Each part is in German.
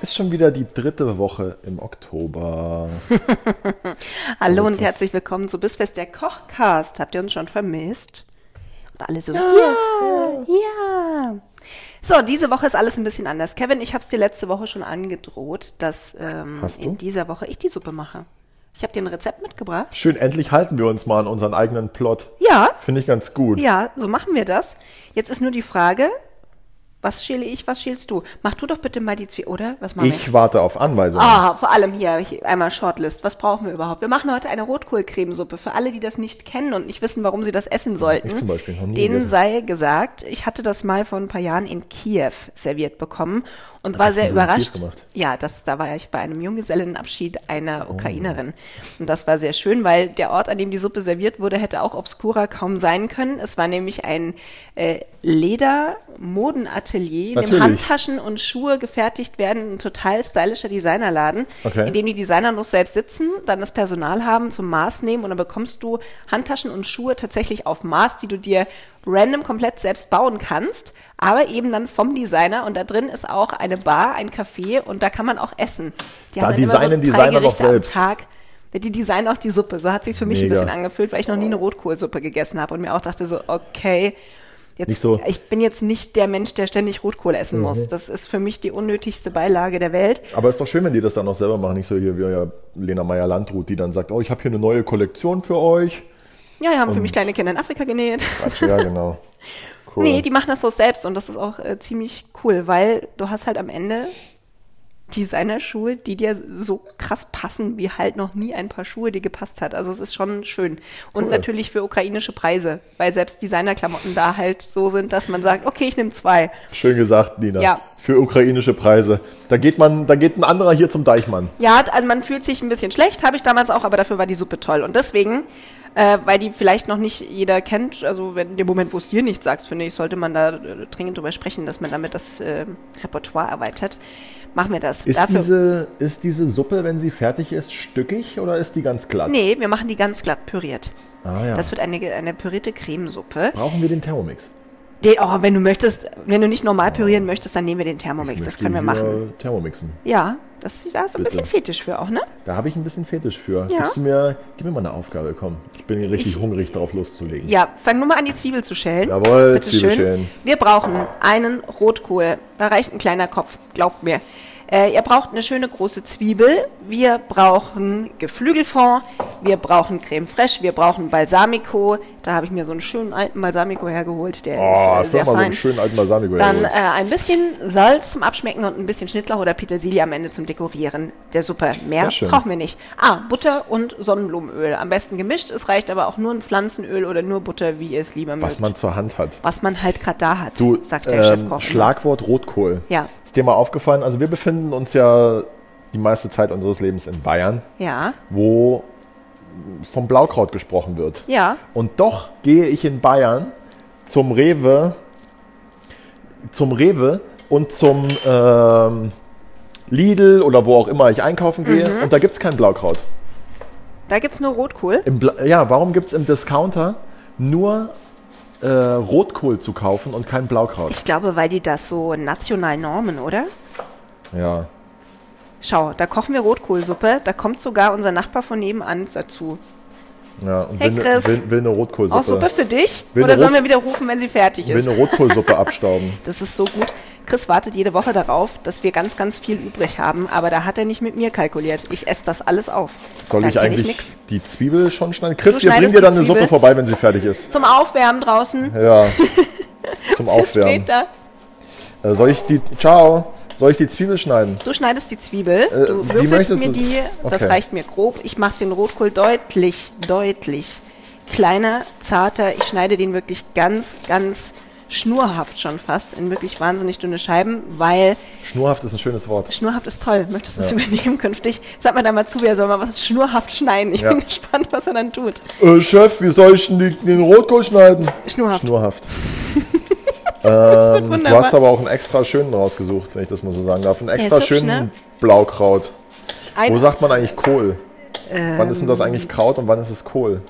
Ist schon wieder die dritte Woche im Oktober. Hallo und Gutes. herzlich willkommen zu Bissfest der Kochcast. Habt ihr uns schon vermisst? Und alle so, ja, ja, So, diese Woche ist alles ein bisschen anders. Kevin, ich habe es dir letzte Woche schon angedroht, dass ähm, Hast du? in dieser Woche ich die Suppe mache. Ich habe dir ein Rezept mitgebracht. Schön, endlich halten wir uns mal an unseren eigenen Plot. Ja. Finde ich ganz gut. Ja, so machen wir das. Jetzt ist nur die Frage, was schäle ich, was schälst du? Mach du doch bitte mal die Zwiebel, oder? Was machen wir? Ich warte auf Anweisungen. Ah, vor allem hier hab ich einmal Shortlist. Was brauchen wir überhaupt? Wir machen heute eine Rotkohlcremesuppe. Für alle, die das nicht kennen und nicht wissen, warum sie das essen sollten, Ich zum Beispiel noch nie denen gegessen. sei gesagt, ich hatte das mal vor ein paar Jahren in Kiew serviert bekommen und war hast sehr du in Kiew überrascht. gemacht? Oh. Ja, das, da war ich bei einem Junggesellenabschied einer Ukrainerin. Und das war sehr schön, weil der Ort, an dem die Suppe serviert wurde, hätte auch obskurer kaum sein können. Es war nämlich ein äh, Leder-Modenatelier, in dem Natürlich. Handtaschen und Schuhe gefertigt werden. Ein total stylischer Designerladen, Okay. in dem die Designer noch selbst sitzen, dann das Personal haben, zum Maß nehmen und dann bekommst du Handtaschen und Schuhe tatsächlich auf Maß, die du dir random komplett selbst bauen kannst, aber eben dann vom Designer und da drin ist auch eine Bar, ein Café und da kann man auch essen. Die Da dann immer designen drei Designer doch Gerichte am selbst. Tag. Die designen auch die Suppe. So hat sich's für mich ein Mega. bisschen angefühlt, weil ich noch nie eine Rotkohlsuppe gegessen habe und mir auch dachte so, okay, jetzt, Nicht so. Mhm. ich bin jetzt nicht der Mensch, der ständig Rotkohl essen muss. Das ist für mich die unnötigste Beilage der Welt. Aber ist doch schön, wenn die das dann auch selber machen. Nicht so hier wie euer Lena Meyer-Landrut, die dann sagt, oh, ich habe hier eine neue Kollektion für euch. Ja, ja, haben für mich Und- kleine Kinder in Afrika genäht. Quatsch, ja, genau. Cool. Nee, die machen das so selbst und das ist auch äh, ziemlich cool, weil du hast halt am Ende Designerschuhe, die dir so krass passen, wie halt noch nie ein paar Schuhe dir gepasst hat. Also es ist schon schön. Und Cool. natürlich für ukrainische Preise, weil selbst Designerklamotten da halt so sind, dass man sagt, okay, ich nehme zwei. schön gesagt, Nina. Ja. Für ukrainische Preise. Da geht man, da geht ein anderer hier zum Deichmann. Ja, also man fühlt sich ein bisschen schlecht, habe ich damals auch, aber dafür war die Suppe toll. Und deswegen, äh, weil die vielleicht noch nicht jeder kennt, also wenn in dem Moment, wo es dir nichts sagst, finde ich, sollte man da äh, dringend drüber sprechen, dass man damit das äh, Repertoire erweitert. Machen wir das. Ist diese, ist diese Suppe, wenn sie fertig ist, stückig oder ist die ganz glatt? nee, wir machen die ganz glatt püriert. Ah, ja. Das wird eine, eine pürierte Cremesuppe. Brauchen wir den Thermomix? Die, oh, wenn du möchtest, wenn du nicht normal pürieren möchtest, dann nehmen wir den Thermomix. Das Möchte können wir hier machen. Thermomixen. Ja, das, da ist ein Bitte. bisschen fetisch für auch, ne? Da habe ich ein bisschen Fetisch für. Ja. Gibst du mir, gib mir mal eine Aufgabe, komm. Ich bin richtig Ich- hungrig drauf loszulegen. Ja, fang nur mal an, die Zwiebel zu schälen. Jawohl, Bitte Zwiebel schön. schälen. Wir brauchen einen Rotkohl. Da reicht ein kleiner Kopf, glaubt mir. Äh, ihr braucht eine schöne große Zwiebel. Wir brauchen Geflügelfond. Wir brauchen Creme Fraiche. Wir brauchen Balsamico. Da habe ich mir so einen schönen alten Balsamico hergeholt. Der Oh, ist äh, hast du sehr auch mal so einen fein. schönen alten Balsamico Dann äh, hergeholt? ein bisschen Salz zum Abschmecken und ein bisschen Schnittlauch oder Petersilie am Ende zum Dekorieren der Suppe. Mehr Sehr schön. brauchen wir nicht. Ah, Butter und Sonnenblumenöl. Am besten gemischt. Es reicht aber auch nur ein Pflanzenöl oder nur Butter, wie ihr es lieber Was mögt. man zur Hand hat. Was man halt gerade da hat, Du, sagt der ähm, Chefkoch. Schlagwort Rotkohl. Ja. Ist dir mal aufgefallen? Also wir befinden uns ja die meiste Zeit unseres Lebens in Bayern, Ja, wo vom Blaukraut gesprochen wird. ja. Und doch gehe ich in Bayern zum Rewe, zum Rewe und zum ähm, Lidl oder wo auch immer ich einkaufen gehe Mhm. und da gibt es kein Blaukraut. Da gibt es nur Rotkohl. Im Bla ja, warum gibt es im Discounter nur äh, Rotkohl zu kaufen und kein Blaukraut? Ich glaube, weil die das so national normen, oder? Ja. Schau, da kochen wir Rotkohlsuppe. Da kommt sogar unser Nachbar von nebenan dazu. ja. Und Hey, will, ne- Chris. will, will eine Rotkohlsuppe. Auch Suppe für dich? Will oder eine sollen wir Rot- wieder rufen, wenn sie fertig will ist? eine Rotkohlsuppe abstauben. Das ist so gut. Chris wartet jede Woche darauf, dass wir ganz, ganz viel übrig haben, aber da hat er nicht mit mir kalkuliert. Ich esse das alles auf. Soll da ich kenn eigentlich nix. die Zwiebel schon schneiden? Chris, Du wir bringen schneidest dir die dann eine Zwiebel? Suppe vorbei, wenn sie fertig ist. Zum Aufwärmen draußen. Ja. Zum Aufwärmen. Später. Äh, soll ich die. Ciao! Soll ich die Zwiebel schneiden? Du schneidest die Zwiebel, du Äh, wie würfelst möchtest mir du- die, das Okay. reicht mir grob. Ich mache den Rotkohl deutlich, deutlich kleiner, zarter. Ich schneide den wirklich ganz, ganz schnurhaft schon fast in wirklich wahnsinnig dünne Scheiben, weil Schnurhaft ist ein schönes Wort. Schnurhaft ist toll. Möchtest du es übernehmen künftig? Sag mal da mal zu, wer soll mal was schnurhaft schneiden. Ich Ja. bin gespannt, was er dann tut. Äh, Chef, wie soll ich denn die- den Rotkohl schneiden? Schnurhaft. Schnurhaft. das wird Du hast aber auch einen extra schönen rausgesucht, wenn ich das mal so sagen darf. Einen ist extra hübsch, schönen ne? Blaukraut. Ein- Ähm. Wo sagt man eigentlich Kohl? wann ist denn das eigentlich Kraut und wann ist es Kohl?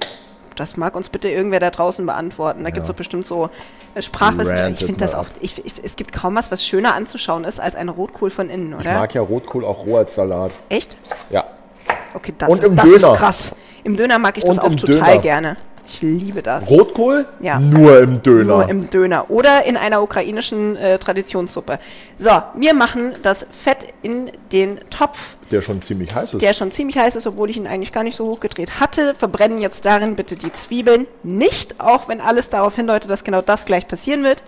Das mag uns bitte irgendwer da draussen beantworten. Da gibt's doch bestimmt so äh, Sprachwissenschaft. Ich Rantet finde das mal auch, ab. ich, ich, es gibt kaum was, was schöner anzuschauen ist als ein Rotkohl von innen, Ich oder? mag ja Rotkohl auch roh als Salat. Echt? Ja. Okay, das, Und ist, im das Döner. ist krass. Im Döner mag ich das Und auch im total Döner. gerne. Ich liebe das. Rotkohl? Ja. Nur im Döner. Nur im Döner oder in einer ukrainischen äh, Traditionssuppe. So, wir machen das Fett in den Topf, der schon ziemlich heiß ist. der schon ziemlich heiß ist, obwohl ich ihn eigentlich gar nicht so hochgedreht hatte. Verbrennen jetzt darin bitte die Zwiebeln. Nicht, auch wenn alles darauf hindeutet, dass genau das gleich passieren wird.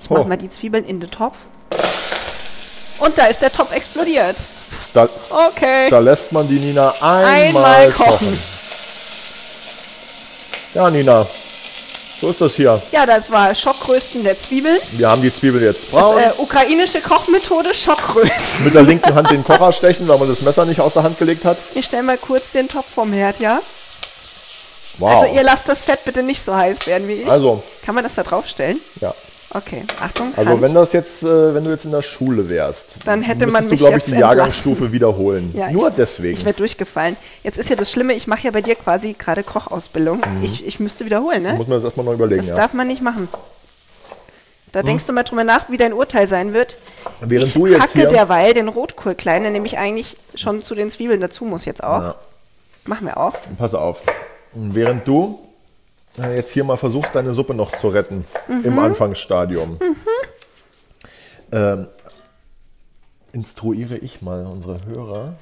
Ich mach Oh. mal die Zwiebeln in den Topf. Und da ist der Topf explodiert. da, Okay. da lässt man die Nina einmal, Einmal kochen. kochen. Ja, Nina. So ist das hier. Ja, das war Schockrösten der Zwiebeln. Wir haben die Zwiebel jetzt Das, braun. äh, ukrainische Kochmethode Schockrösten. mit der linken Hand den Kocher stechen, weil man das Messer nicht aus der Hand gelegt hat. Ich stell mal kurz den Topf vom Herd, ja? Wow. Also ihr lasst das Fett bitte nicht so heiß werden wie ich. Also, Kann man das da draufstellen? ja. Okay, Achtung. Also Hand. wenn das jetzt, äh, wenn du jetzt in der Schule wärst, Dann hätte man müsstest du, mich glaube ich, jetzt die entlassen. Jahrgangsstufe wiederholen. Ja, Nur ich, deswegen. Ich werde durchgefallen. Jetzt ist ja das Schlimme, ich mache ja bei dir quasi gerade Kochausbildung. Ich, ich müsste wiederholen, ne? Mhm. Muss man das erstmal neu überlegen, Das ja. darf man nicht machen. Da denkst du mal drüber nach, wie dein Urteil sein wird. Während ich du jetzt hacke hier- derweil den Rotkohl klein, der nämlich eigentlich schon zu den Zwiebeln dazu muss jetzt auch. Ja. Machen wir auch. Pass auf. Während du äh, jetzt hier mal versuchst, deine Suppe noch zu retten im Mhm. Anfangsstadium, ähm, instruiere ich mal unsere Hörer,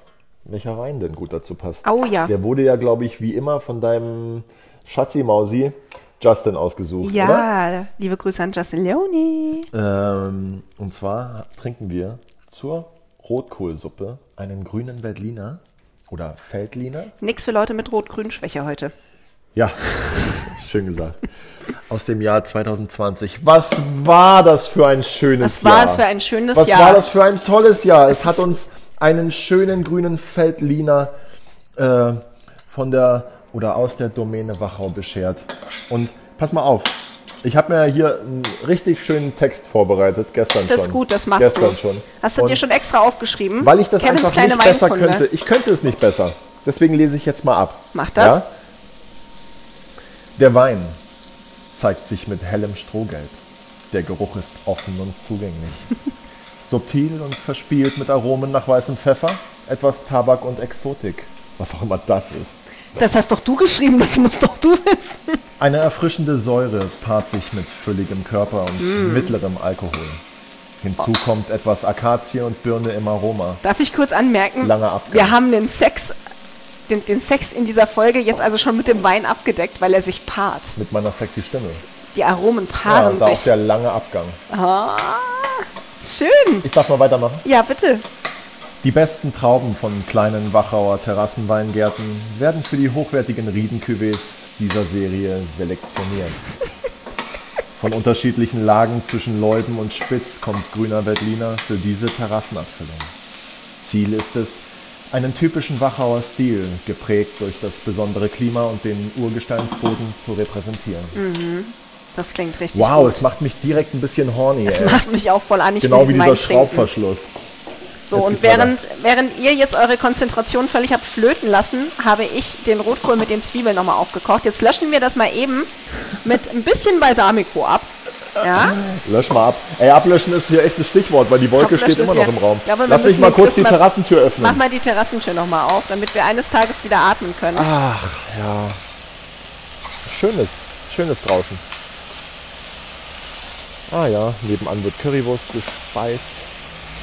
welcher Wein denn gut dazu passt. Au ja. Der wurde ja, glaube ich, wie immer von deinem Schatzi Mausi Justin ausgesucht, oder? Ja, liebe Grüße an Justin Leoni. Ähm, und zwar trinken wir zur Rotkohlsuppe einen grünen Veltliner oder Feldliner. Nix für Leute mit Rot-Grün-Schwäche heute. Ja, schön gesagt. Aus dem Jahr 2020. Was war das für ein Was schönes Jahr? war es für ein schönes Was Jahr? war das für ein tolles Jahr? Es, Es hat ist- uns einen schönen grünen Feldliner äh, von der oder aus der Domäne Wachau beschert. Und pass mal auf, ich habe mir hier einen richtig schönen Text vorbereitet, gestern schon. Das ist gut, das machst gestern du. schon. Hast du Und dir schon extra aufgeschrieben? Weil ich das Kevins einfach kleine nicht besser Weinkunde. könnte. Ich könnte es nicht besser. Deswegen lese ich jetzt mal ab. Mach das. Der Wein zeigt sich mit hellem Strohgelb. Der Geruch ist offen und zugänglich. Subtil und verspielt mit Aromen nach weißem Pfeffer, etwas Tabak und Exotik. Was auch immer das ist. Das hast doch du geschrieben, das musst doch du wissen. Eine erfrischende Säure paart sich mit fülligem Körper und Mm. mittlerem Alkohol. Hinzu kommt etwas Akazie und Birne im Aroma. Darf ich kurz anmerken? Langer Abgang. Wir haben den Sex, den, den Sex in dieser Folge jetzt also schon mit dem Wein abgedeckt, weil er sich paart. Mit meiner sexy Stimme. Die Aromen Ja, paaren und da auch sich. der lange Abgang. Ah, schön. Ich darf mal weitermachen. Ja, bitte. Die besten Trauben von kleinen Wachauer Terrassenweingärten werden für die hochwertigen Riedenkuvées dieser Serie selektioniert. Von unterschiedlichen Lagen zwischen Leuben und Spitz kommt grüner Veltliner für diese Terrassenabfüllung. Ziel ist es, einen typischen Wachauer Stil, geprägt durch das besondere Klima und den Urgesteinsboden, zu repräsentieren. Mhm. Das klingt richtig Wow, gut. es macht mich direkt ein bisschen horny. Das ey. macht mich auch voll an. Ich Genau will wie diesen dieser Wein trinken. Schraubverschluss. So, Jetzt und geht's weiter. während, während ihr jetzt eure Konzentration völlig habt flöten lassen, habe ich den Rotkohl mit den Zwiebeln nochmal aufgekocht. Jetzt löschen wir das mal eben mit ein bisschen Balsamico ab. Ja, Lösch mal ab. Ey, ablöschen ist hier echt das Stichwort, weil die Wolke Ablöschen steht immer ist ja- noch im Raum. Ja, aber wir Lass mich müssen- mal kurz die müssen wir- Terrassentür mach öffnen. mal die Terrassentür nochmal auf, damit wir eines Tages wieder atmen können. Schönes, schönes draußen. Ah ja, nebenan wird Currywurst gespeist.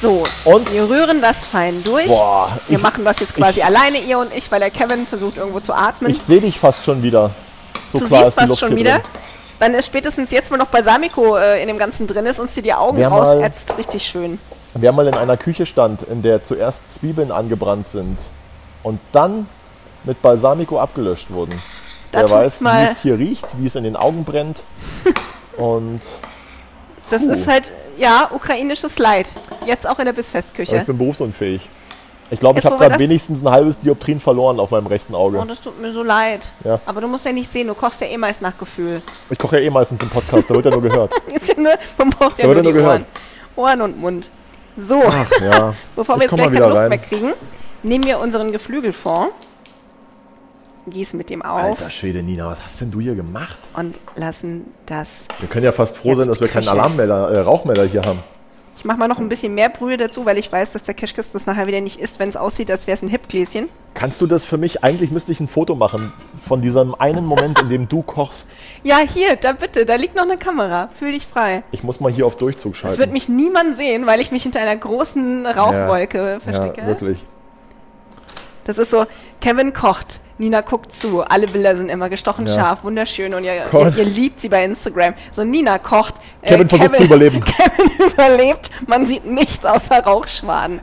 So, Und? wir rühren das fein durch. Boah, wir ich- machen das jetzt quasi alleine, ihr und ich, weil der Kevin versucht irgendwo zu atmen. Ich sehe dich fast schon wieder. So du klar siehst ist die was Luft schon hier wieder. Drin. Dann ist spätestens jetzt, wo noch Balsamico äh, in dem Ganzen drin ist, uns dir die Augen Wer mal- rausätzt. Richtig schön. Wir haben mal in einer Küche stand, in der zuerst Zwiebeln angebrannt sind und dann mit Balsamico abgelöscht wurden. Da Wer tut's weiß, wie mal- es hier riecht, wie es in den Augen brennt. Und Das Puh. ist halt, ja, ukrainisches Leid. Jetzt auch in der Bissfestküche. aber ich bin berufsunfähig. Ich glaube, ich Jetzt, habe wo wir gerade das- wenigstens ein halbes Dioptrin verloren auf meinem rechten Auge. Und es Oh, tut mir so leid. Ja. Aber du musst ja nicht sehen, du kochst ja eh meist nach Gefühl. Ich koche ja eh meistens im Podcast, da wird ja nur gehört. Ist ja nur, man braucht ja Da nur wird die er nur gehört. Ah. Ohren. Ohren und Mund. So, Ja. bevor ich wir jetzt komm gleich mal keine wieder Luft rein. mehr kriegen, nehmen wir unseren Geflügelfond, gießen mit dem auf Alter Schwede, Nina, was hast denn du hier gemacht? und lassen das. Wir können ja fast froh Jetzt sein, dass wir keinen köchel. Alarmmelder, äh, Rauchmelder hier haben. Ich mache mal noch ein bisschen mehr Brühe dazu, weil ich weiß, dass der Cashkist das nachher wieder nicht isst, wenn es aussieht, als wäre es ein Hipgläschen. Kannst du das für mich? Eigentlich müsste ich ein Foto machen von diesem einen Moment, in dem du kochst. Ja, hier, da bitte, da liegt noch eine Kamera. Fühl dich frei. Ich muss mal hier auf Durchzug schalten. Es wird mich niemand sehen, weil ich mich hinter einer großen Rauchwolke verstecke. Ja, wirklich. Das ist so, Kevin kocht, Nina guckt zu, alle Bilder sind immer gestochen Ja. scharf, wunderschön und ihr, Koch- ihr, ihr liebt sie bei Instagram. So, Nina kocht. äh, Kevin versucht zu überleben. Kevin überlebt, man sieht nichts außer Rauchschwaden.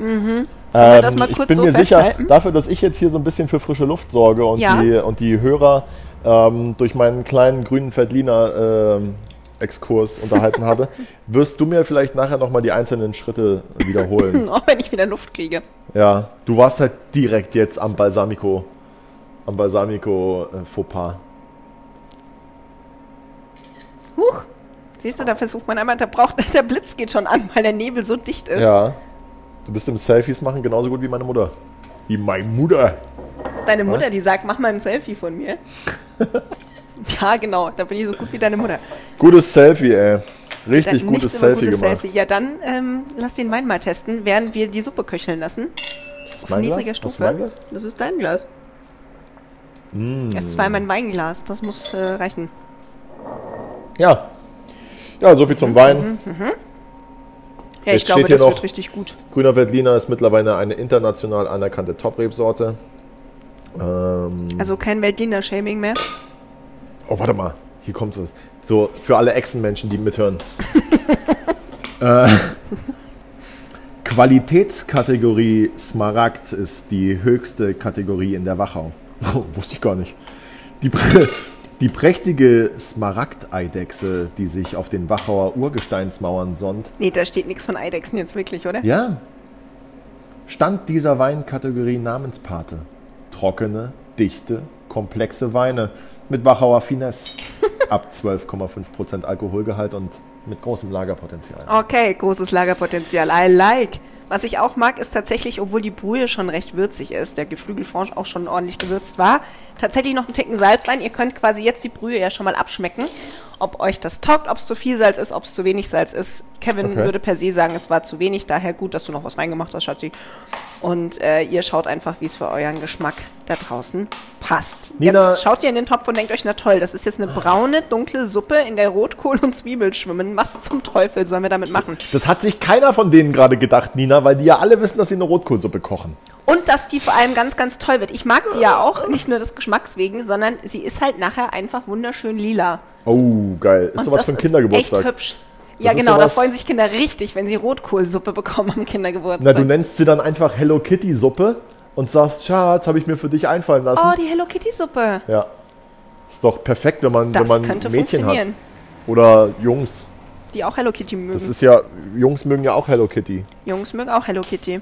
Ähm, das mal kurz ich bin so mir sicher, festhalten? dafür, dass ich jetzt hier so ein bisschen für frische Luft sorge und, Ja. die, und die Hörer ähm, durch meinen kleinen grünen Veltliner ähm, Exkurs unterhalten habe, wirst du mir vielleicht nachher nochmal die einzelnen Schritte wiederholen. Auch wenn ich wieder Luft kriege. ja, du warst halt direkt jetzt am Balsamico, am Balsamico äh, Fauxpas. Huch. Siehst du, da versucht man einmal, da braucht, der Blitz geht schon an, weil der Nebel so dicht ist. Ja. Du bist im Selfies machen genauso gut wie meine Mutter. Wie meine Mutter. Deine Mutter, die sagt, mach mal ein Selfie von mir. ja, genau, da bin ich so gut wie deine Mutter. Gutes Selfie, ey. Richtig Dann gutes nichts über Selfie gemacht. Ja, dann ähm, lass den Wein mal testen, während wir die Suppe köcheln lassen. Ist das Auf mein Glas? niedriger Hast du Stufe. mein Glas? Hm. Das ist dein Glas. Es war mein Weinglas, das muss äh, reichen. Ja. Ja, soviel zum Wein. Ja, Jetzt ich glaube, steht hier das wird noch- richtig gut. Grüner Veltliner ist mittlerweile eine international anerkannte Top-Rebsorte. Ähm, Also kein Veltliner-Shaming mehr. oh, warte mal. Hier kommt was. So, für alle Echsenmenschen, die mithören. äh, Qualitätskategorie Smaragd ist die höchste Kategorie in der Wachau. Oh, Wusste ich gar nicht. Die, prä- die prächtige Smaragdeidechse, die sich auf den Wachauer Urgesteinsmauern sonnt, Nee, da steht nichts von Eidechsen jetzt wirklich, oder? Ja. Stand dieser Weinkategorie Namenspate. Trockene, dichte, komplexe Weine mit Wachauer Finesse. Ab 12,5% Alkoholgehalt und mit großem Lagerpotenzial. Okay, großes Lagerpotenzial. I like. Was ich auch mag, ist tatsächlich, obwohl die Brühe schon recht würzig ist, der Geflügelfranche auch schon ordentlich gewürzt war, tatsächlich noch einen Ticken Salz rein. Ihr könnt quasi jetzt die Brühe ja schon mal abschmecken, ob euch das taugt, ob es zu viel Salz ist, ob es zu wenig Salz ist. Kevin Okay. würde per se sagen, es war zu wenig, daher gut, dass du noch was reingemacht hast, Schatzi. Und äh, ihr schaut einfach, wie es für euren Geschmack da draußen passt. Nina- Ah. Jetzt schaut ihr in den Topf und denkt euch, na toll, das ist jetzt eine braune, dunkle Suppe, in der Rotkohl und Zwiebel schwimmen. Was zum Teufel sollen wir damit machen? Das hat sich keiner von denen gerade gedacht, Nina, weil die ja alle wissen, dass sie eine Rotkohlsuppe kochen. Und dass die vor allem ganz, ganz toll wird. Ich mag die ja auch, nicht nur des Geschmacks wegen, sondern sie ist halt nachher einfach wunderschön lila. Oh, geil. Ist Und sowas das für einen ist Kindergeburtstag. Echt hübsch. Ja, ist genau, da sowas- freuen sich Kinder richtig, wenn sie Rotkohlsuppe bekommen am Na, Kindergeburtstag. du nennst sie dann einfach Hello Kitty Suppe und sagst, Schatz, habe ich mir für dich einfallen lassen. oh, die Hello Kitty Suppe. ja. Ist doch perfekt, wenn man, wenn Oh. Das man könnte Mädchen hat. funktionieren. Oder Jungs. Die auch Hello Kitty mögen. Das ist ja, Jungs mögen ja auch Hello Kitty. Jungs mögen auch Hello Kitty.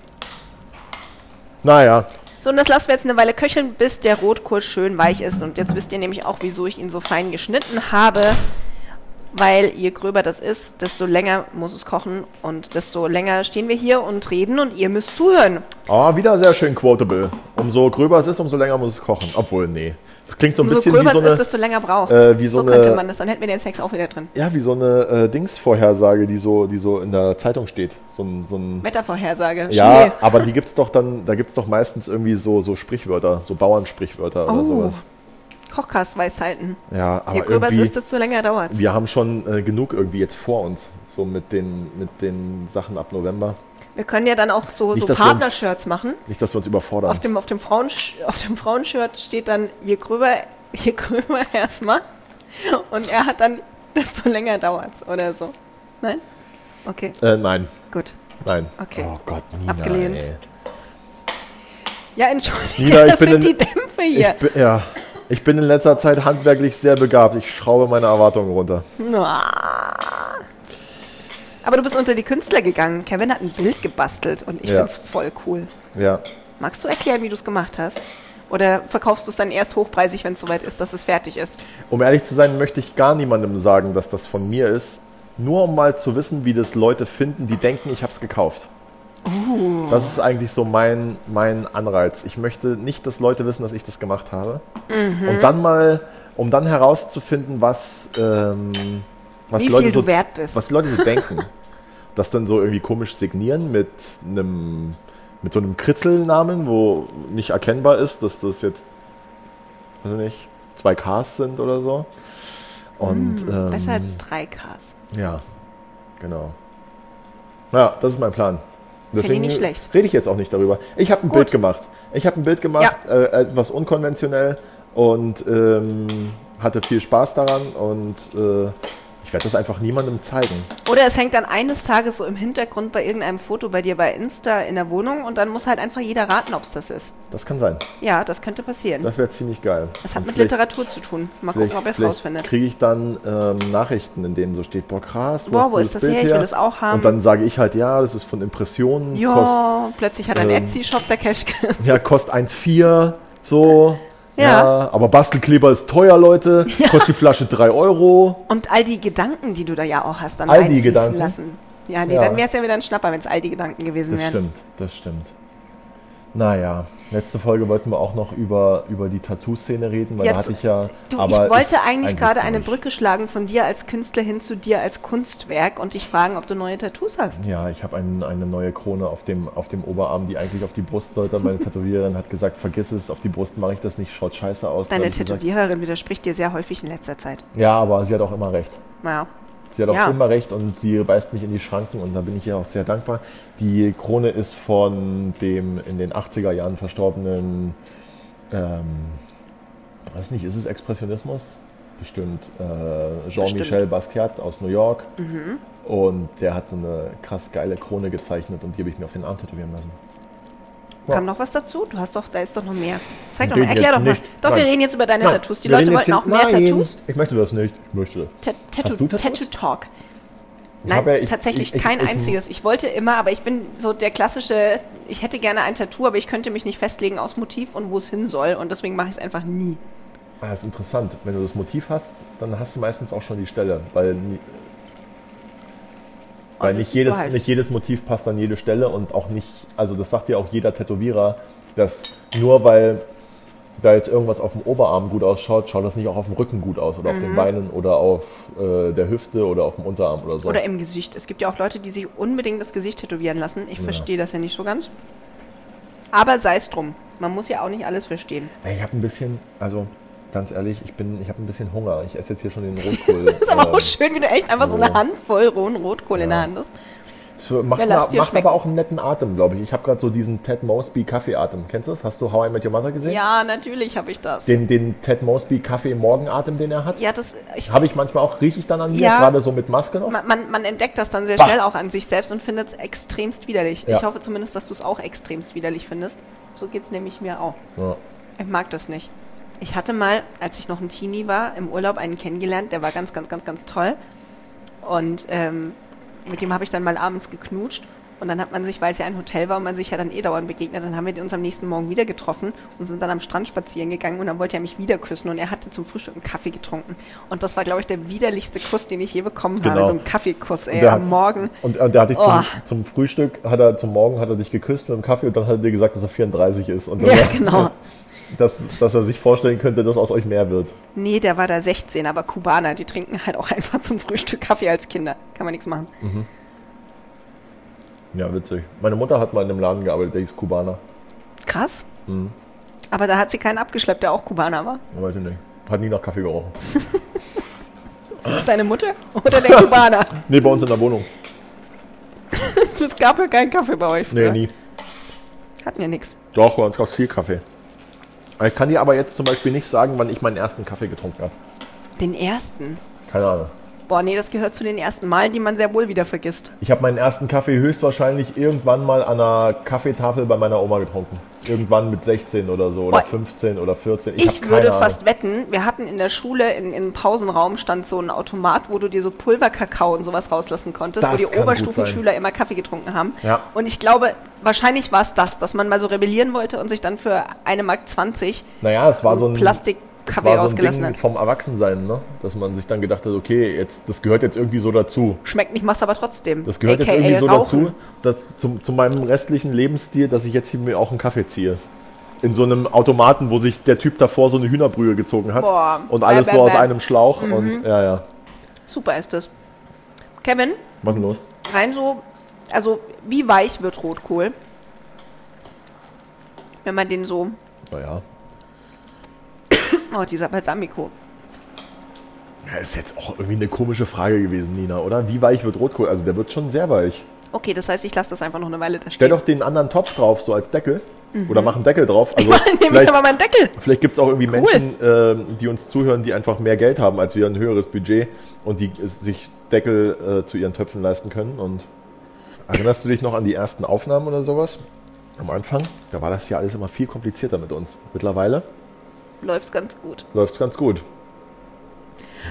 Naja, So, und das lassen wir jetzt eine Weile köcheln, bis der Rotkohl schön weich ist. Und jetzt wisst ihr nämlich auch, wieso ich ihn so fein geschnitten habe. Weil je gröber das ist, desto länger muss es kochen und desto länger stehen wir hier und reden und ihr müsst zuhören. aber Ah, wieder sehr schön quotable. Umso gröber es ist, umso länger muss es kochen. Obwohl, nee. Das klingt so ein Umso bisschen gröber wie so es ist, eine, desto länger braucht äh, wie so so könnte eine- man das, dann hätten wir den Sex auch wieder drin. ja, wie so eine äh, Dingsvorhersage, die so, die so in der Zeitung steht. So ein, so ein Wettervorhersage. ja, Schnee. aber die gibt's doch dann, da gibt's doch meistens irgendwie so, so Sprichwörter, so Bauernsprichwörter Oh. oder sowas. Kochkastweisheiten. Ja, Je aber gröber es irgendwie, ist, desto länger dauert es. wir haben schon äh, genug irgendwie jetzt vor uns, so mit den, mit den Sachen ab November. Wir können ja dann auch so, Nicht, so dass wir uns- Partnershirts machen. Nicht, dass wir uns überfordern. Auf dem, auf dem, Frauensch auf dem Frauenshirt steht dann, je gröber, je gröber erstmal. Und er hat dann, desto länger dauert's oder so. Nein? Okay, äh, nein, gut. nein. Okay. Oh Gott, Nina, Abgelehnt. Ey. Ja, entschuldige, Nina, ich das bin sind in- die Dämpfe hier. Ich bin, ja. Ich Ich bin in letzter Zeit handwerklich sehr begabt. Ich schraube meine Erwartungen runter. Ah. Aber du bist unter die Künstler gegangen. Kevin hat ein Bild gebastelt und ich Ja. find's voll cool. Ja. Magst du erklären, wie du es gemacht hast? Oder verkaufst du es dann erst hochpreisig, wenn es soweit ist, dass es fertig ist? Um ehrlich zu sein, möchte ich gar niemandem sagen, dass das von mir ist. Nur um mal zu wissen, wie das Leute finden, die denken, ich habe es gekauft. Oh. Das ist eigentlich so mein, mein Anreiz. Ich möchte nicht, dass Leute wissen, dass ich das gemacht habe. Mhm. Und dann mal, um dann herauszufinden, was, ähm, was Wie Leute viel so, du wert bist. was die Leute so denken. Das dann so irgendwie komisch signieren mit einem mit so einem Kritzelnamen, wo nicht erkennbar ist, dass das jetzt, weiß ich nicht, zwei Ks sind oder so. Und ähm, Besser als 3Ks. ja, genau. Ja, das ist mein Plan. ich nicht schlecht. rede ich jetzt auch nicht darüber. Ich habe ein Bild gemacht. Ich habe ein Bild gemacht, äh, etwas unkonventionell und ähm, hatte viel Spaß daran und äh, ich werde das einfach niemandem zeigen. Oder es hängt dann eines Tages so im Hintergrund bei irgendeinem Foto bei dir bei Insta in der Wohnung und dann muss halt einfach jeder raten, ob es das ist. Das kann sein. Ja, das könnte passieren. Das, Das wäre ziemlich geil. hat Und mit vielleicht- Literatur zu tun. Mal gucken, ob er es rausfindet. kriege ich dann ähm, Nachrichten, in denen so steht, boah krass, Boah, hast wo du ist das her? Ich will das auch haben. Und dann sage ich halt, ja, das ist von Impressionen, kost, Ja, plötzlich hat ein ähm, Etsy-Shop der Cashkes. ja, kost 1,4, so. Ja. Aber Bastelkleber ist teuer, Leute, kostet die Flasche 3 Euro. Und all die Gedanken, die du da ja auch hast, dann All die einfließen Gedanken? lassen. Ja, nee, Ja. dann wäre es ja wieder ein Schnapper, wenn es all die Gedanken gewesen Das wären. stimmt, das stimmt. Naja, letzte Folge wollten wir auch noch über, über die Tattoo-Szene reden, weil Ja, da das- hatte ich ja... Du, aber ich wollte ist eigentlich gerade eine durch. Brücke schlagen von dir als Künstler hin zu dir als Kunstwerk und dich fragen, ob du neue Tattoos hast. Ja, ich habe ein, eine neue Krone auf dem, auf dem Oberarm, die eigentlich auf die Brust sollte. Meine Tätowiererin hat gesagt, vergiss es, auf die Brust mache ich das nicht, schaut scheiße aus. Dann Deine hab ich gesagt, Tätowiererin widerspricht dir sehr häufig in letzter Zeit. Ja, aber sie hat auch immer recht. Ja. Sie hat auch Ja. immer recht und sie beißt mich in die Schranken und da bin ich ihr auch sehr dankbar. Die Krone ist von dem in den 80er Jahren verstorbenen, ähm, weiß nicht, ist es Expressionismus? Bestimmt. Äh, Jean-Michel Basquiat aus New York. Mhm. Und der hat so eine krass geile Krone gezeichnet und die habe ich mir auf den Arm tätowieren lassen. Ja. Kam noch was dazu? Du hast doch, da ist doch noch mehr. Zeig Wir doch mal, reden erklär jetzt doch mal. nicht. Doch, wir Nein. reden jetzt über deine Nein, Tattoos. Die wir Leute reden wollten jetzt auch hier- mehr Nein, Tattoos. Ich möchte das nicht. Ich möchte. Ta- Hast du Tattoo, Tattoos? Tattoo Talk. Ich Nein, hab ja- ich- tatsächlich ich- ich- kein ich- einziges. Ich wollte immer, aber ich bin so der klassische, ich hätte gerne ein Tattoo, aber ich könnte mich nicht festlegen aus Motiv und wo es hin soll und deswegen mache ich es einfach nie. Ah, das ist interessant. Wenn du das Motiv hast, dann hast du meistens auch schon die Stelle, weil, nie- weil Und nicht, die jedes, Wahrheit. nicht jedes Motiv passt an jede Stelle und auch nicht, also das sagt ja auch jeder Tätowierer, dass nur weil da jetzt irgendwas auf dem Oberarm gut ausschaut, schaut das nicht auch auf dem Rücken gut aus oder auf Mhm. den Beinen oder auf äh, der Hüfte oder auf dem Unterarm oder so. Oder im Gesicht. Es gibt ja auch Leute, die sich unbedingt das Gesicht tätowieren lassen. Ich verstehe das ja nicht so ganz. Aber sei es drum. Man muss ja auch nicht alles verstehen. Ey, ich habe ein bisschen, also ganz ehrlich, ich bin, ich habe ein bisschen Hunger. Ich esse jetzt hier schon den Rotkohl. Das ist aber ähm, auch schön, wie du echt einfach so eine oh. Handvoll rohen Rotkohl in der Hand hast. So, macht Ja, ma- lass dir macht schmecken. aber auch einen netten Atem, glaube ich. Ich habe gerade so diesen Ted Mosby Kaffeeatem. Kennst du das? Hast du How I Met Your Mother gesehen? Ja, natürlich habe ich das. Den, den Ted Mosby Kaffee-Morgenatem, den er hat. Ja, das, ich, Habe ich manchmal auch, rieche ich dann an mir, Ja. gerade so mit Maske noch. man, man, man entdeckt das dann sehr Bah. schnell auch an sich selbst und findet es extremst widerlich. Ja. Ich hoffe zumindest, dass du es auch extremst widerlich findest. So geht es nämlich mir auch. Ja. Ich mag das nicht. Ich hatte mal, als ich noch ein Teenie war, im Urlaub einen kennengelernt, der war ganz, ganz, ganz, ganz toll. Und ähm, mit dem habe ich dann mal abends geknutscht. Und dann hat man sich, weil es ja ein Hotel war und man sich ja dann eh dauernd begegnet, dann haben wir uns am nächsten Morgen wieder getroffen und sind dann am Strand spazieren gegangen und dann wollte er mich wieder küssen und er hatte zum Frühstück einen Kaffee getrunken. Und das war, glaube ich, der widerlichste Kuss, den ich je bekommen habe. Genau. So ein Kaffeekuss, Und ey, der am hat- Morgen. Und, und der hat dich Oh. zum, zum Frühstück, hat er, zum Morgen hat er dich geküsst mit dem Kaffee und dann hat er dir gesagt, dass er 34 ist. Und Ja, dass er- genau. Dass, dass er sich vorstellen könnte, dass aus euch mehr wird. Nee, der war da 16, aber Kubaner, die trinken halt auch einfach zum Frühstück Kaffee als Kinder. Kann man nichts machen. Ja, witzig. Meine Mutter hat mal in einem Laden gearbeitet, der hieß Kubaner. Krass. Mhm. Aber da hat sie keinen abgeschleppt, der auch Kubaner war. Weiß ich nicht. Hat nie nach Kaffee gerochen. Deine Mutter oder der Kubaner? Nee, bei uns in der Wohnung. Es gab ja keinen Kaffee bei euch Nee, früher. nie. Hatten ja nichts. Doch, bei uns gab es viel Kaffee. Ich kann dir aber jetzt zum Beispiel nicht sagen, wann ich meinen ersten Kaffee getrunken habe. Den ersten. Keine Ahnung. Boah, nee, das gehört zu den ersten Malen, die man sehr wohl wieder vergisst. Ich habe meinen ersten Kaffee höchstwahrscheinlich irgendwann mal an einer Kaffeetafel bei meiner Oma getrunken. Irgendwann mit 16 oder so oder Boah. 15 oder 14. Ich, Ich, hab keine würde Ahnung. fast wetten, wir hatten in der Schule in, im Pausenraum stand so ein Automat, wo du dir so Pulverkakao und sowas rauslassen konntest, Das wo die kann gut Oberstufenschüler immer Kaffee getrunken haben. Ja. Und ich glaube, wahrscheinlich war es das, dass man mal so rebellieren wollte und sich dann für eine Mark 20 Naja, es war so ein Plastikkaffee es war so ein rausgelassen Ding hat. vom Erwachsensein, ne? dass man sich dann gedacht hat, okay, jetzt, das gehört jetzt irgendwie so dazu. Schmeckt nicht, machst aber trotzdem. Das gehört AKA jetzt irgendwie so Rauchen. dazu, dass zum, zu meinem restlichen Lebensstil, dass ich jetzt hier mir auch einen Kaffee ziehe. In so einem Automaten, wo sich der Typ davor so eine Hühnerbrühe gezogen hat Boah. und alles Bäm, so bäm, aus bäm. Mhm. einem Schlauch und ja, ja. Super ist das. Kevin, Was ist denn los? rein so, also wie weich wird Rotkohl? Wenn man den so, Naja. oh, dieser Balsamico. Ja, ist jetzt auch irgendwie eine komische Frage gewesen, Nina, oder? Wie weich wird Rotkohl? Also der wird schon sehr weich. Okay, das heißt, ich lasse das einfach noch eine Weile da Stell stehen. doch den anderen Topf drauf, so als Deckel. Oder mach einen Deckel drauf. Also Nehme Mhm. ich vielleicht, aber meinen Deckel. vielleicht gibt es auch irgendwie Menschen, ähm, die uns zuhören, die einfach mehr Geld haben als wir, ein höheres Budget und die es sich Deckel äh, zu ihren Töpfen leisten können. Und erinnerst du dich noch an die ersten Aufnahmen oder sowas? Am Anfang, da war das ja alles immer viel komplizierter mit uns. Mittlerweile Läuft's ganz gut. läuft es ganz gut.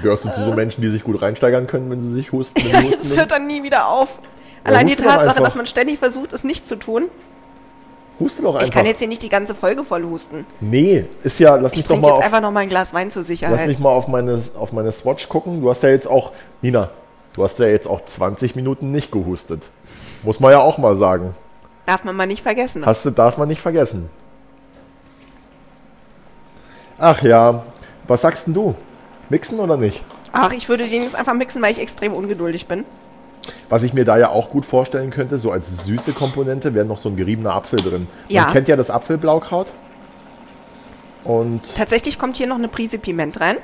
Gehörst du zu so Äh. Menschen, die sich gut reinsteigern können, wenn sie sich husten? Wenn die husten Jetzt hört dann nie wieder auf. Allein die husten doch Tatsache, einfach. dass man ständig versucht, es nicht zu tun. Huste doch einfach. Ich kann jetzt hier nicht die ganze Folge voll husten. nee, ist ja, lass Ich mich doch trinke mal jetzt auf einfach noch mal ein Glas Wein zur Lass mich Sicherheit. mal auf meine, auf meine Swatch gucken. Du hast ja jetzt auch, Nina, du hast ja jetzt auch 20 Minuten nicht gehustet. Muss man ja auch mal sagen. Darf man mal nicht vergessen. Hast du, darf man nicht vergessen. Ach ja, was sagst denn du? Mixen oder nicht? Ach, ich würde den jetzt einfach mixen, weil ich extrem ungeduldig bin. Was ich mir da ja auch gut vorstellen könnte, so als süße Komponente, wäre noch so ein geriebener Apfel drin. Ja. Man kennt ja das Apfelblaukraut. Und. Tatsächlich kommt hier noch eine Prise Piment rein.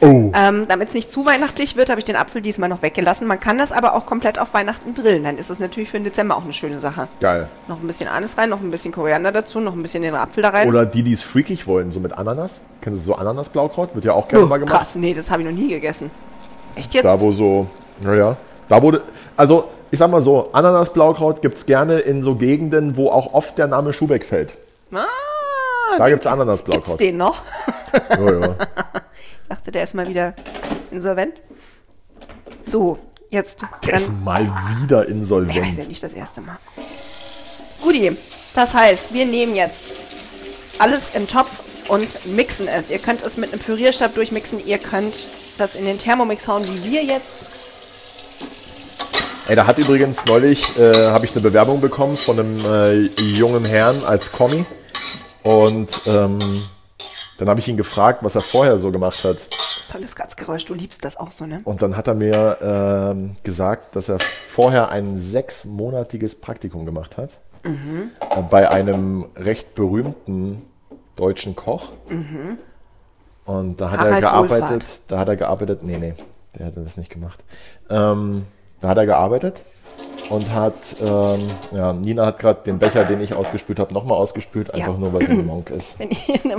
Oh. Ähm, Damit es nicht zu weihnachtlich wird, habe ich den Apfel diesmal noch weggelassen. Man kann das aber auch komplett auf Weihnachten drillen. Dann ist das natürlich für den Dezember auch eine schöne Sache. Geil. Noch ein bisschen Anis rein, noch ein bisschen Koriander dazu, noch ein bisschen den Apfel da rein. Oder die, die es freakig wollen, so mit Ananas. Kennst du so Ananasblaukraut? Wird ja auch gerne mal gemacht. Oh, Krass, nee, das habe ich noch nie gegessen. Echt jetzt? Da wo so, naja, da wurde, also ich sag mal so, Ananas-Blaukraut gibt es gerne in so Gegenden, wo auch oft der Name Schubeck fällt. ah, Da gibt es gibt's Ananas-Blaukraut. den noch? Ja, ja. Ich dachte, der ist mal wieder insolvent. So, jetzt. Der ist dann, mal ich weiß wieder ja insolvent. nicht das erste Mal. Guti, das heißt, wir nehmen jetzt alles im Topf und mixen es. Ihr könnt es mit einem Pürierstab durchmixen. Ihr könnt das in den Thermomix hauen, wie wir jetzt. Ey, da hat übrigens neulich, äh, habe ich eine Bewerbung bekommen von einem äh, jungen Herrn als Kommi. Und ähm, dann habe ich ihn gefragt, was er vorher so gemacht hat. Tolles Kratzgeräusch, du liebst das auch so, ne? Und dann hat er mir ähm, gesagt, dass er vorher ein sechsmonatiges Praktikum gemacht hat. Mhm. Äh, Bei einem recht berühmten deutschen Koch. Und da hat Mhm. Harald er gearbeitet, Wohlfahrt. da hat er gearbeitet, nee, nee, der hat das nicht gemacht. Ähm, da hat er gearbeitet und hat, ähm, ja, Nina hat gerade den Becher, den ich ausgespült habe, nochmal ausgespült, einfach nur, weil sie ein Monk ist.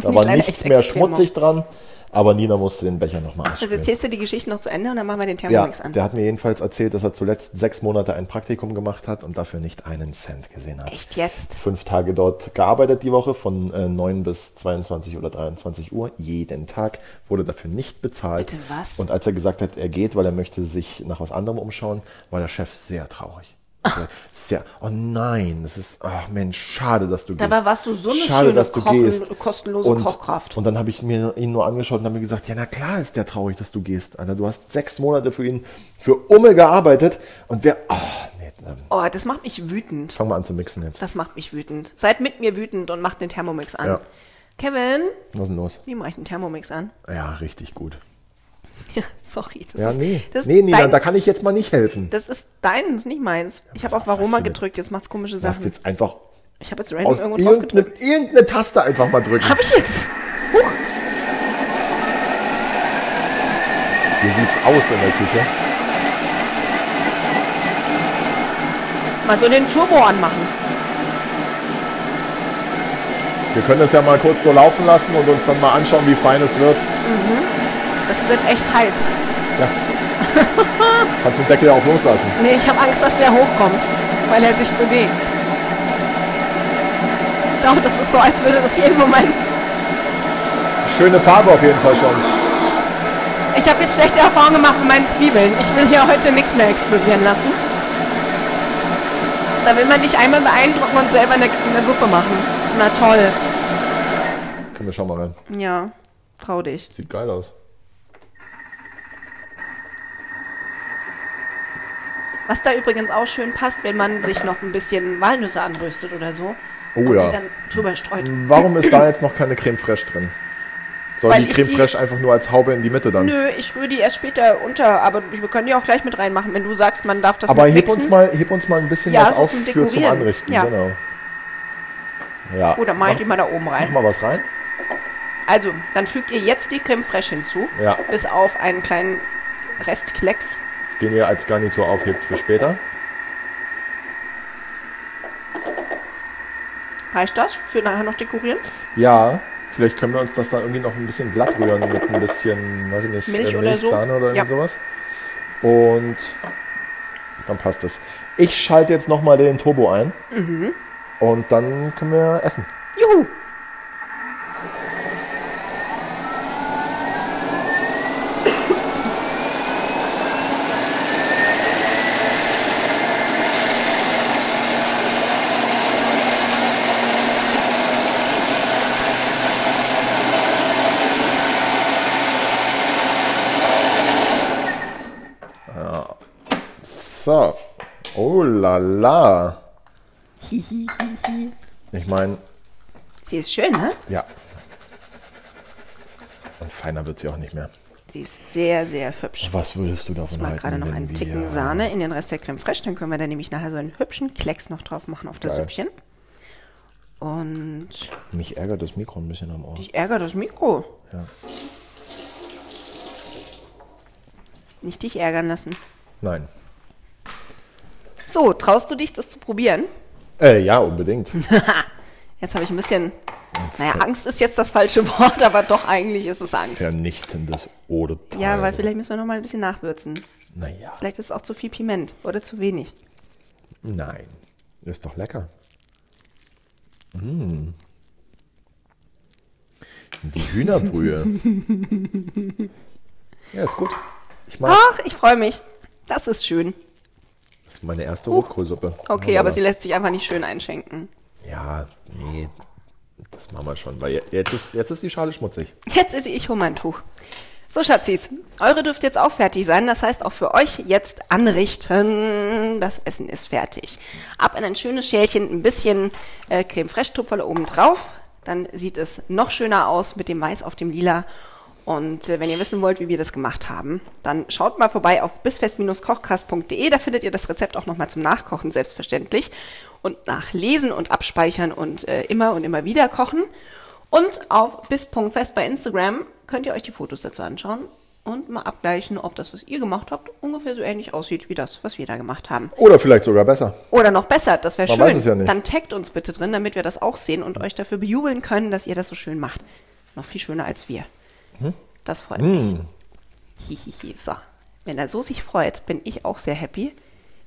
Da war nichts mehr schmutzig dran, aber Nina musste den Becher nochmal Jetzt ausspülen. erzählst Also du die Geschichte noch zu Ende und dann machen wir den Ja, Thermomix an. der hat mir jedenfalls erzählt, dass er zuletzt sechs Monate ein Praktikum gemacht hat und dafür nicht einen Cent gesehen hat. Echt jetzt? Fünf Tage dort gearbeitet die Woche, von äh, 9 bis 22 oder 23 Uhr, jeden Tag, wurde dafür nicht bezahlt. Bitte was? Und als er gesagt hat, er geht, weil er möchte sich nach was anderem umschauen, war der Chef sehr traurig. Ah. Sehr, oh nein, das ist, ach Mensch, schade, dass du Dabei gehst. warst du so eine schöne Kochen- kostenlose Kochkraft. Und dann habe ich mir ihn nur angeschaut und habe mir gesagt, ja na klar ist der traurig, dass du gehst, Alter. Du hast sechs Monate für ihn, für Umme gearbeitet und wer, ach nee, ähm, Oh, das macht mich wütend. fang mal an zu mixen jetzt. Das macht mich wütend. Seid mit mir wütend und macht den Thermomix an. Ja. Kevin, Was ist denn los? wie mache ich den Thermomix an? Ja, richtig gut. Sorry. Das Ja, ist, nee. Das nee, ist Nina, dein, da kann ich jetzt mal nicht helfen. Das ist dein, das ist nicht meins. Ich habe was- auf Varoma was für- gedrückt, jetzt macht's komische Du hast Sachen. jetzt einfach Ich habe jetzt random aus irgendwo drauf irgendeine, gedrückt. irgendeine Taste einfach mal drücken. Hab ich jetzt? Hier sieht's aus in der Küche. Mal so den Turbo anmachen. Wir können das ja mal kurz so laufen lassen und uns dann mal anschauen, wie fein es wird. Das wird echt heiß. Kannst den Deckel ja auch loslassen. Nee, ich habe Angst, dass der hochkommt, weil er sich bewegt. Schau, das ist so, als würde das jeden Moment. Schöne Farbe auf jeden Fall schon. Ich habe jetzt schlechte Erfahrungen gemacht mit meinen Zwiebeln. Ich will hier heute nichts mehr explodieren lassen. Da will man dich einmal beeindrucken und selber eine, eine Suppe machen. Na toll. Können wir schon mal rein. Ja, trau dich. Sieht geil aus. Was da übrigens auch schön passt, wenn man sich noch ein bisschen Walnüsse anröstet oder so. Oh und ja. die dann drüber streut. Warum ist da jetzt noch keine Creme Fraiche drin? Soll Weil die ich Creme die- Fraiche einfach nur als Haube in die Mitte dann? Nö, ich rühre die erst später unter, aber wir können die auch gleich mit reinmachen, wenn du sagst, man darf das Aber mit heb mixen. uns, mal, heb uns mal ein bisschen Ja, was so auf zum für zum Dekorieren. Anrichten. Ja. Genau. Ja. Oder mach, malt die mal da oben mach rein. mal was rein. Also, dann fügt ihr jetzt die Creme Fraiche hinzu. Ja. Bis auf einen kleinen Restklecks. Den ihr als Garnitur aufhebt für später. Reicht das? Für nachher noch dekorieren? Ja. Vielleicht können wir uns das dann irgendwie noch ein bisschen glatt rühren mit ein bisschen, weiß ich nicht, Milch äh, oder so. Sahne oder Ja. irgend sowas. Und dann passt es. Ich schalte jetzt nochmal den Turbo ein. Mhm. Und dann können wir essen. Juhu! So. Oh la la. Ich meine, Sie ist schön, ne? ja. Und feiner wird sie auch nicht mehr. Sie ist sehr, sehr hübsch. Was würdest du davon Mal halten? gerade noch wenn einen wir- Ticken Sahne in den Rest der Creme Fraiche. Dann können wir da nämlich nachher so einen hübschen Klecks noch drauf machen auf das Geil. Süppchen. Und Mich ärgert das Mikro ein bisschen am Ohr. ich ärgere das Mikro. Ja. Nicht dich ärgern lassen. Nein. So, traust du dich, das zu probieren? Äh, ja, unbedingt. Jetzt habe ich ein bisschen. Naja, Angst ist jetzt das falsche Wort, aber doch eigentlich ist es Angst. Vernichtendes oder Ja, weil vielleicht müssen wir noch mal ein bisschen nachwürzen. Naja. Vielleicht ist es auch zu viel Piment oder zu wenig. Nein. Ist doch lecker. Mm. Die Hühnerbrühe. ja, ist gut. Ich mag Ach, ich freue mich. Das ist schön. Das ist meine erste Rotkohlsuppe. Uh, Okay, aber sie lässt sich einfach nicht schön einschenken. Ja, nee. Das machen wir schon, weil je- jetzt ist, jetzt ist die Schale schmutzig. Jetzt ist sie, ich hole mein Tuch. So, Schatzis, eure dürfte jetzt auch fertig sein. Das heißt, auch für euch jetzt anrichten. Das Essen ist fertig. Ab in ein schönes Schälchen, ein bisschen äh, Creme Fraiche Tupferle oben drauf. Dann sieht es noch schöner aus mit dem Weiß auf dem Lila. Und äh, wenn ihr wissen wollt, wie wir das gemacht haben, dann schaut mal vorbei auf bisfest-kochkast.de. Da findet ihr das Rezept auch nochmal zum Nachkochen, selbstverständlich. Und nachlesen und abspeichern und äh, immer und immer wieder kochen. Und auf bis.fest bei Instagram könnt ihr euch die Fotos dazu anschauen und mal abgleichen, ob das, was ihr gemacht habt, ungefähr so ähnlich aussieht wie das, was wir da gemacht haben. Oder vielleicht sogar besser. Oder noch besser, das wäre Man schön. weiß es ja nicht. Hm. Dann taggt uns bitte drin, damit wir das auch sehen und euch dafür bejubeln können, dass ihr das so schön macht. Noch viel schöner als wir. Hm? Das freut mich. Hihihi, so. Wenn er so sich freut, bin ich auch sehr happy.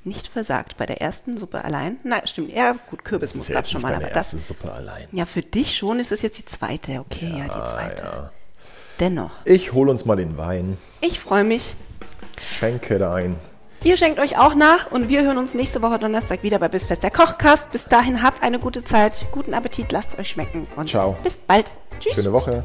Nicht versagt bei der ersten Suppe allein. Nein, stimmt. Ja, gut, Kürbis muss gab schon mal, aber das. Suppe allein. Ja, für dich schon ist es jetzt die zweite. Okay, ja, die zweite. ja. Dennoch, Ich hol uns mal den Wein, ich freue mich. schenke da ein. Ihr schenkt euch auch nach und wir hören uns nächste Woche Donnerstag wieder bei Bissfest der Kochcast. Bis dahin habt eine gute Zeit, guten Appetit, lasst es euch schmecken und Ciao. bis bald. Tschüss. Schöne Woche.